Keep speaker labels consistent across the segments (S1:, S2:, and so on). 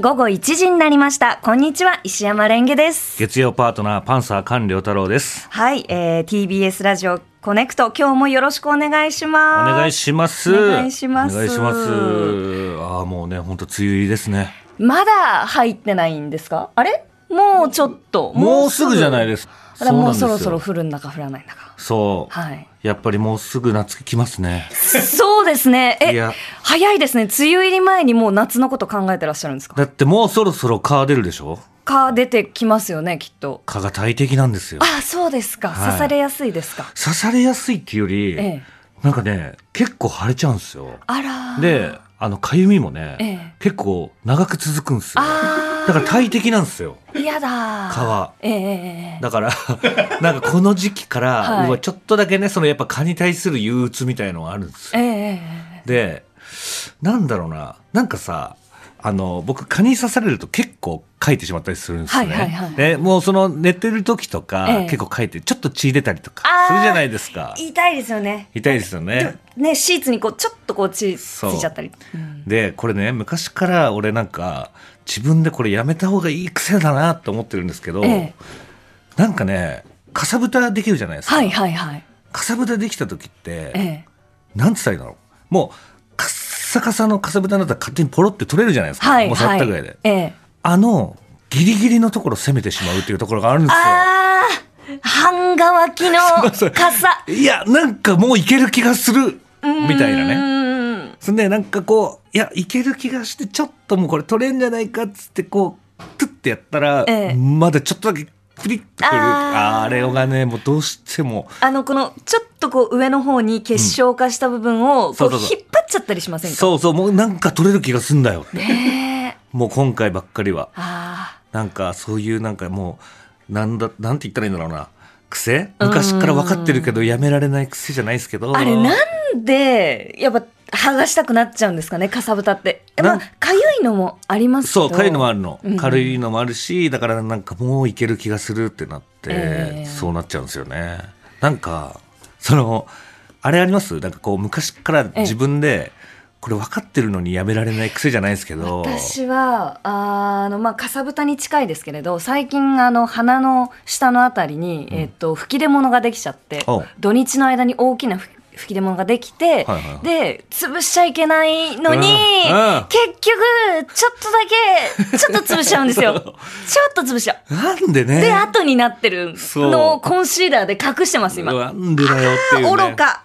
S1: 午後1時になりました。こんにちは、石山レンゲです。
S2: 月曜パートナーパンサー菅良太郎です
S1: はい、えー、TBS ラジオコネクト、今日もよろしくお願いし
S2: お
S1: ます。
S2: 願いします
S1: お願いします
S2: お願いしますああもうね本当梅雨入りですね
S1: まだ入ってないんですかあれもうちょっと。。
S2: もうすぐじゃないですす
S1: あら
S2: う
S1: も
S2: なん
S1: う
S2: です
S1: そ
S2: よ
S1: ろそろ降るんだか降らないんだか。
S2: そう、
S1: はい。
S2: やっぱりもうすぐ夏来ますね
S1: そうですね。
S2: い
S1: え
S2: や、
S1: 早いですね。梅雨入り前にもう夏のこと考えてらっしゃるんですか
S2: だってもうそろそろ蚊出るでしょ
S1: か出てきますよね、きっと。
S2: 蚊が大敵なんですよ
S1: あ、そうですか。
S2: はい
S1: 刺されやすいですか。
S2: 刺されやすいっていうより、
S1: ええ。
S2: なんかね結構腫れちゃうんですよ
S1: あらー。
S2: であの痒みもね、
S1: ええ
S2: 結構長く続くんですよ
S1: あ
S2: だから大敵なんですよ
S1: ら、嫌だ。
S2: 蚊は。
S1: ええええええ
S2: だから なんかこの時期から、
S1: はいう
S2: わちょっとだけねそのやっぱ蚊に対する憂鬱みたいのがあるんです
S1: え
S2: よ
S1: えええ
S2: でなんだろうななんかさあの僕蚊に刺されると結構かいてしまったりするんですね、
S1: はいはいはい
S2: でもうその寝てる時とか、
S1: ええ
S2: 結構かいてちょっと血出たりとか
S1: あー
S2: するじゃないですか
S1: 痛いですよね。
S2: 痛いですよね
S1: ね、シーツにこう、ちょっとこう、血ついちゃったり。うん
S2: でこれね昔から俺なんか自分でこれやめた方がいい癖だなと思ってるんですけど、
S1: ええ
S2: なんかねかさぶたできるじゃないですか、
S1: はいはいはい。
S2: かさぶたできた時って、
S1: ええ
S2: なんつったらいいんだろう。もう、カッサカサのかさぶたになったら勝手にポロって取れるじゃないですか。
S1: はい。
S2: もう触ったぐらいで。
S1: はええ
S2: あの、ギリギリのところ攻めてしまうっていうところがあるんですよ。
S1: ああ、半乾きの
S2: そうそう
S1: 傘。
S2: いや、なんかもういける気がするみたいなね。
S1: ね。
S2: そんで、なんかこう、いや、いける気がして、ちょっともうこれ取れんじゃないかっつって、こう、トゥってやったら、
S1: ええ
S2: まだちょっとだけプリッとくる。
S1: あー
S2: あれがね、もうどうしても、
S1: あの、この、ちょっとこう、上の方に結晶化した部分を、こ、
S2: そううそうそう
S1: 引っ張っちゃったりしませんか
S2: そうそう、もうなんか取れる気がすんだよって。
S1: ねえ。
S2: もう今回ばっかりは。
S1: あ
S2: なんかそういうなんかもうなんだなんて言ったらいいんだろうな癖昔から分かってるけどやめられない癖じゃないですけど
S1: あ。あれ、なんで、やっぱ、剥がしたくなっちゃうんですかね、かさぶたって。えま
S2: な
S1: あ
S2: ん、
S1: かゆいのもありますけ
S2: そ
S1: ど。
S2: う軽いのもあるの、
S1: うん
S2: 軽いのもあるしだからなんかもういける気がするってなって、
S1: ええ
S2: そうなっちゃうんですよねなんかそのあれありますなんかこう昔から自分で、これ分かってるのにやめられない癖じゃないですけど
S1: 私はあーあの、まあ、かさぶたに近いですけれど最近あの鼻の下のあたりに、えっと吹き出物ができちゃって
S2: お
S1: 土日の間に大きな吹吹き出物ができて、
S2: はいはいはい
S1: で潰しちゃいけないのに、
S2: うんうん
S1: 結局ちょっとだけちょっと潰しちゃうんです よちょっと潰しちゃ
S2: なんで
S1: うで
S2: ね
S1: 後になってるのをコンシーラーで隠してます今、
S2: なんでだよっていう、ね、
S1: 愚か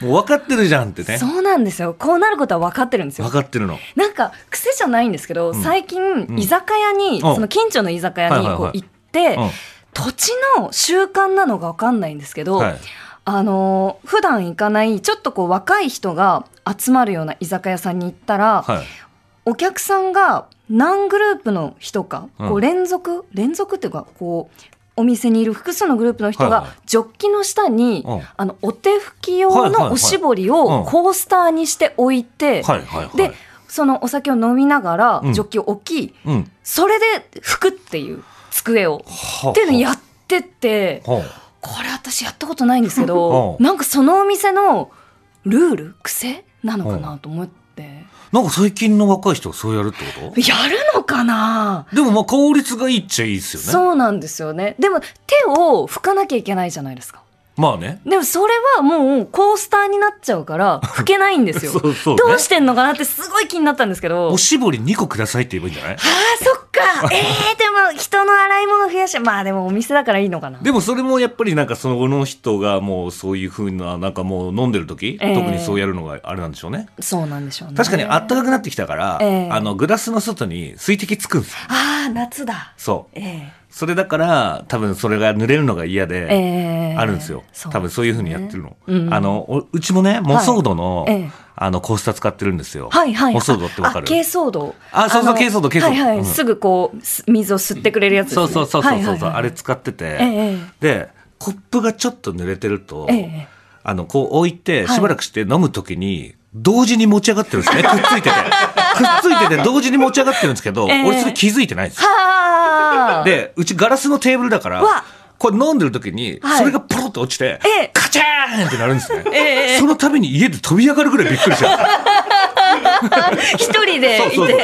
S2: もう分かってるじゃんってね
S1: そうなんですよこうなることは分かってるんですよ
S2: 分かってるの
S1: なんか癖じゃないんですけど、最近
S2: ん
S1: 居酒屋に、
S2: うん
S1: その近所の居酒屋に
S2: はいはい
S1: こう
S2: はい
S1: 行って、
S2: うん
S1: 土地の習慣なのかわかんないんですけど、
S2: はい
S1: あのー普段行かないちょっとこう若い人が集まるような居酒屋さんに行ったら、
S2: はい
S1: お客さんが何グループの人か、
S2: うん
S1: こう連続連続っていうかこうお店にいる複数のグループの人
S2: はいはい
S1: がジョッキの下に、
S2: うん
S1: あのお手拭き用
S2: はいはいは
S1: の
S2: い
S1: おしぼりを
S2: うん
S1: コースターにして置いて、
S2: はいはいはい
S1: でそのお酒を飲みながら
S2: うん
S1: ジョッキを置き、
S2: うん
S1: それで拭くっていう机を
S2: はあ
S1: っていうのやってて
S2: はあ
S1: これ私やったことないんですけど
S2: うん
S1: なんかそのお店のルール癖なのかなと思って
S2: なんか最近の若い人はそうやるってこ
S1: やるのかな
S2: とでもまあ効率がいいっちゃいいですよね。
S1: そうなんですよねでも手を拭かなきゃいけないじゃないですか
S2: まあね。
S1: でもそれはもうコースターになっちゃう から拭けないんですよ
S2: そうそうね
S1: どうしてんのかなってすごい気になったんですけど
S2: おしぼり2個くださいって言えばいいんじゃな
S1: あ
S2: い
S1: ーそっか えー、でも人の洗い物増やしてまあでもお店だからいいのかな
S2: でもそれもやっぱりなんかその人がもうそういうふうな、なんかもう飲んでる時、
S1: ええ
S2: 特にそうやるのがあれなんでしょうね。
S1: そうなんでしょうね
S2: 確かにあったかくなってきたから、
S1: ええ
S2: あのグラスの外に水滴つくんですよ。
S1: ああ夏だ
S2: そう。
S1: え
S2: それだから多分それが濡れるのが嫌
S1: え
S2: で、
S1: ええ
S2: あるんですよ。多分そういうふうにやってるの。あの、おうちもね、モソードの、
S1: ええ
S2: あのコースター使ってるんですよ。
S1: はいはい。
S2: モソードってわかる
S1: あ、軽ソード。
S2: あそうそ
S1: の
S2: う珪藻土珪藻土
S1: はいはい。
S2: うん
S1: すぐこう、す水を吸ってくれるやつです
S2: そ
S1: ね。
S2: うそうそうそうそう、
S1: はいはいはい
S2: あれ使ってて、
S1: ええ
S2: でコップがちょっと濡れてると、
S1: ええ
S2: あのこう置いて
S1: はい
S2: しばらくして飲むときに同時に持ち上がってるんですね、くっついててくっついてて同時に持ち上がってるんですけど、
S1: ええ
S2: 俺それ気づいてないんですよ
S1: はあ。
S2: でうちガラスのテーブルだから
S1: わ
S2: これ飲んでる時に、
S1: はい
S2: それがポロッと落ちて、
S1: ええ
S2: カチャーンってなるんですね、
S1: ええ
S2: その度に家で飛び上がるぐらいびっくりした
S1: 一人でいて。
S2: そうそうそう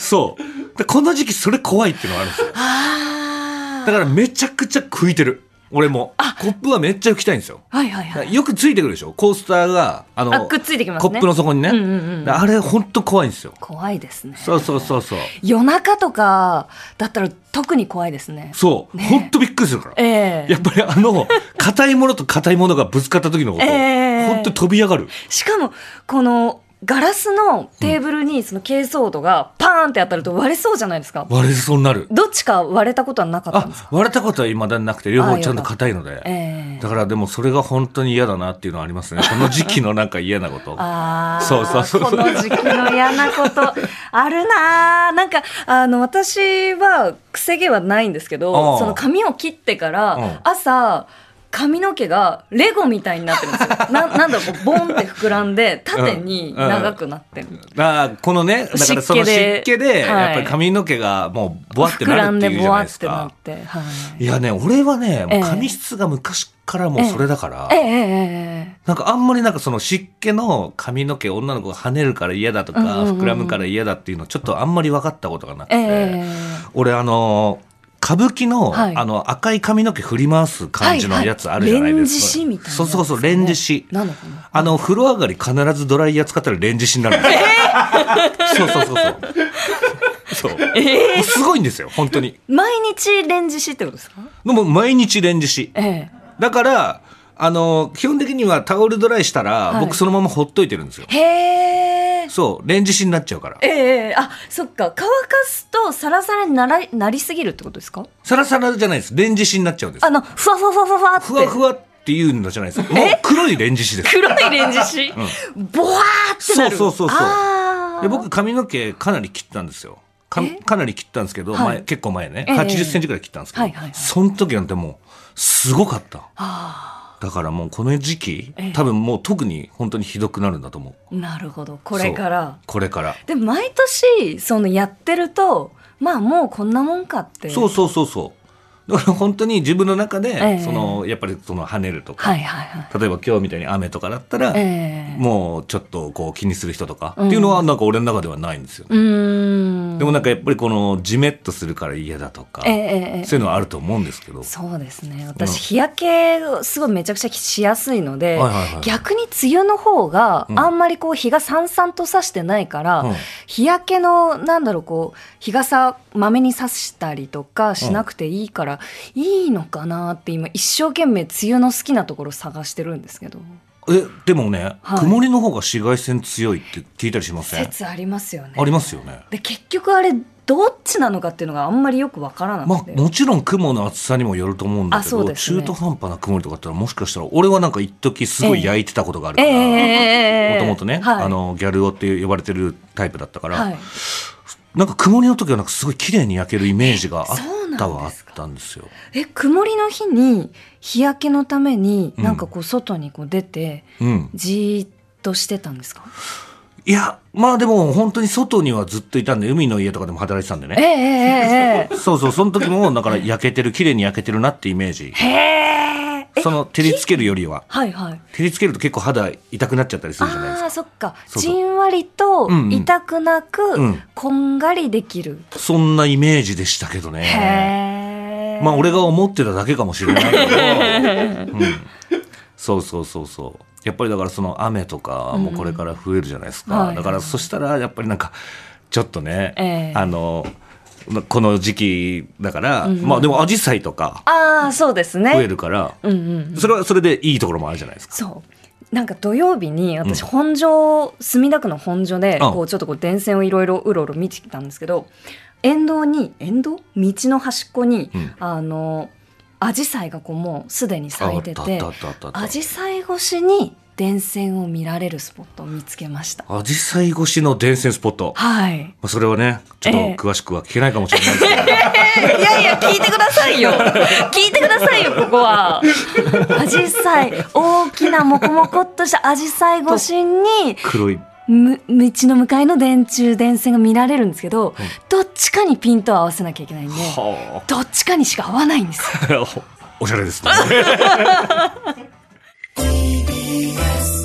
S2: そうでこの時期それ怖いっていうのがあるんですよだからめちゃくちゃ食いてる俺もコップはめっちゃ浮きたいんですよ
S1: はいはいはい。
S2: よくついてくるでしょコースターがあの
S1: あくっついてきますね
S2: コップの底にね、
S1: うんうんうん
S2: であれほんと怖いんですよ
S1: 怖いですね。
S2: そうそうそうそう
S1: 夜中とかだったら特に怖いですね。
S2: そう、
S1: ね
S2: ほんとびっくりするから、
S1: ええ
S2: やっぱりあの硬いものと硬いものがぶつかった時のこと、
S1: ええ
S2: ほんと飛び上がる
S1: しかも、この、ガラスのテーブルにその珪藻土がパーンって当たると割れそうじゃないですか。
S2: 割れそうになる
S1: どっちか割れたことはなかったんです
S2: あ
S1: か
S2: 割れたことは未だになくて両方ちゃんと硬いので、
S1: ええ
S2: だからでもそれが本当に嫌だなっていうのはありますね。この時期のなんか嫌なこと。
S1: ああ、
S2: そうそうそう
S1: この時期の嫌なこと、あるなーなんか、あの、私は、くせ毛はないんですけ
S2: う
S1: ど、
S2: ん
S1: その髪を切ってか
S2: うん
S1: ら、朝、髪の毛がレゴみたいになってるん ですよ。ななんだろう、こうボンって膨らんで、縦に長くなってる。
S2: あーこのね、だからそ
S1: 湿気
S2: の
S1: で
S2: 湿気で、
S1: はい
S2: やっぱり髪の毛がもうボワって
S1: 膨
S2: な
S1: ら
S2: る
S1: ん
S2: って
S1: で
S2: いうじ
S1: ぼ
S2: ゃな
S1: わ
S2: いで
S1: っ
S2: す
S1: てなっ
S2: か。
S1: て。はい
S2: いやね、俺はね、もう
S1: ええ
S2: 髪質が昔からもうそれだから、
S1: えええええ
S2: なんかあんまりなんかその湿気の髪の毛女の子が跳ねるから嫌だとか、
S1: うんうんうん
S2: 膨らむから嫌だっていうのちょっとあんまり分かったことがなくて、
S1: えええ
S2: 俺あのー歌舞伎の、
S1: はい
S2: あの赤い髪の毛振り回す感じのやつあるじ
S1: はい
S2: ゃないですか。
S1: はいレンジ紙みたいなやつ
S2: そうそうそう、レンジ紙。
S1: なのかな
S2: あの、風呂上がり必ずドライヤー使ったらレンジ紙になるんですよ。そうそうそうそう。そう。もうすごいんですよ、本当に。
S1: 毎日レンジしってことですか
S2: でも毎日レンジ紙。
S1: ええ
S2: だから、あの、基本的にはタオルドライしたら、
S1: はい
S2: 僕そのままほっといてるんですよ。
S1: へえ。
S2: そう、レンジ紙になっちゃうから。
S1: ええあそっか乾かすとサラサラにならなりすぎるってことですか
S2: サラサラじゃないです。レンジ紙になっちゃうんです
S1: あ。のふわふわふわふわふわって
S2: ふわふわっていうのじゃないです。もう黒いレンジ紙です。
S1: 黒いレンジし、 ボワーってなる
S2: そうそうそうそう
S1: あー
S2: で僕髪の毛かなり切ったんですよか
S1: え
S2: かなり切ったんですけど、
S1: はい
S2: 前結構前ね
S1: ええ
S2: 8 0ンチぐらい切ったんですけど、
S1: はいはいはい
S2: その時なんてもうすごかった
S1: あ
S2: だからもうこの時期
S1: ええ
S2: 多分もう特に本当にひどくなるんだと思う
S1: ーなるほどこれから
S2: そうこれから
S1: で毎年そのやってるとまあもうこんなもんかって
S2: そうそうそうそうだから本当に自分の中で、
S1: ええ
S2: そのやっぱりその跳ねるとか、
S1: はいはいはい
S2: 例えば今日みたいに雨とかだったら、
S1: ええ
S2: もうちょっとこう気にする人とか、っていうのはなんか俺の中ではないんですよ
S1: う
S2: ね、
S1: ーん
S2: でもなんかやっぱりこのジメッとするから嫌だとか、
S1: ええええええ
S2: そういうのはあると思うんですけど
S1: そうですね私日焼けをすごいめちゃくちゃしやすいので、
S2: はいはいはい
S1: 逆に梅雨の方が
S2: ん
S1: あんまりこう日がさんさんと差してないから、
S2: うん
S1: 日焼けのなんだろうこう日傘まめに差したりとかしなくていいから、いいのかなって今一生懸命梅雨の好きなところ探してるんですけど
S2: えでもね、
S1: はい
S2: 曇りの方が紫外線強いって聞いたりしません
S1: 説ありますよね。
S2: ありますよね
S1: で結局あれどっちなのかっていうのがあんまりよくわからな
S2: まあ
S1: くて、
S2: もちろん雲の厚さにもよると思うんだけ
S1: あそ
S2: ど、
S1: うですね
S2: 中途半端な曇りとかだったらもしかしたら俺はなんか一時すごい焼いてたことがあるか
S1: え
S2: ら、
S1: え
S2: もともとね、
S1: はい
S2: あのギャル男って呼ばれてるタイプだったから、
S1: はい、
S2: なんか曇りの時はなんかすごい綺麗に焼けるイメージがあ
S1: えそう
S2: ったは
S1: なん
S2: あっ
S1: ですか
S2: たんですよ。
S1: え曇りの日に日焼けのために
S2: ん
S1: なんかこう外にこう出て
S2: うん、
S1: じーっとしてたんですか、
S2: いやまあでも本当に外にはずっといたんで海の家とかでも働いてたんで
S1: え
S2: ね。
S1: ええええ
S2: そうそうその時もだから焼けてる綺麗に焼けてるなってイメージ
S1: え へーえ
S2: その照りつけるよりは。
S1: はいはい
S2: 照りつけると結構肌痛くなっちゃったりするじゃないで
S1: あ
S2: すか
S1: ーそっか
S2: そうそう
S1: じんわりと
S2: うんうん
S1: 痛くなく、
S2: ん
S1: こんがりできる、
S2: そんなイメージでしたけどね
S1: へえ
S2: まあ俺が思ってただけかもしれないけ ど、うん、そうそうそうそうやっぱりだからその雨とかもこれから増えるじゃないですか、
S1: はい
S2: だからそしたらやっぱりなんかちょっとね、
S1: ええ
S2: あのこの時期だから、まあでもアジサイとか
S1: ああそうですね
S2: 増えるから、
S1: うんうん
S2: それはそれでいいところもあるじゃないですか。
S1: そうなんか土曜日に私
S2: うん
S1: 本所、墨田区の本所で
S2: あ
S1: こうちょっとこう電線をいろいろうろうろ見てきたんですけど沿道に沿道道の端っこに、
S2: うん
S1: あの紫陽花がこうもうすでに咲いてて
S2: あったあったあったあった
S1: 紫陽花越しに電線を見られるスポットを見つけました。
S2: アジサイ越しの伝染スポット。ま
S1: はい。
S2: あ、それはね、ちょ
S1: え
S2: っ
S1: え
S2: と詳しくは聞けないかもしれないですけど、
S1: いやいや、聞いてください よ。聞いてくださいよ、ここは。アジサイ、大きなモコモコっとしたアジサイ越しに、
S2: 黒い。
S1: む道の向かいの電柱、電線が見られるんですけど、どっちかにピントを合わせなきゃいけないんで、
S2: は
S1: どっちかにしか合わないんですよ。
S2: あ。おしゃれですね。
S3: TBS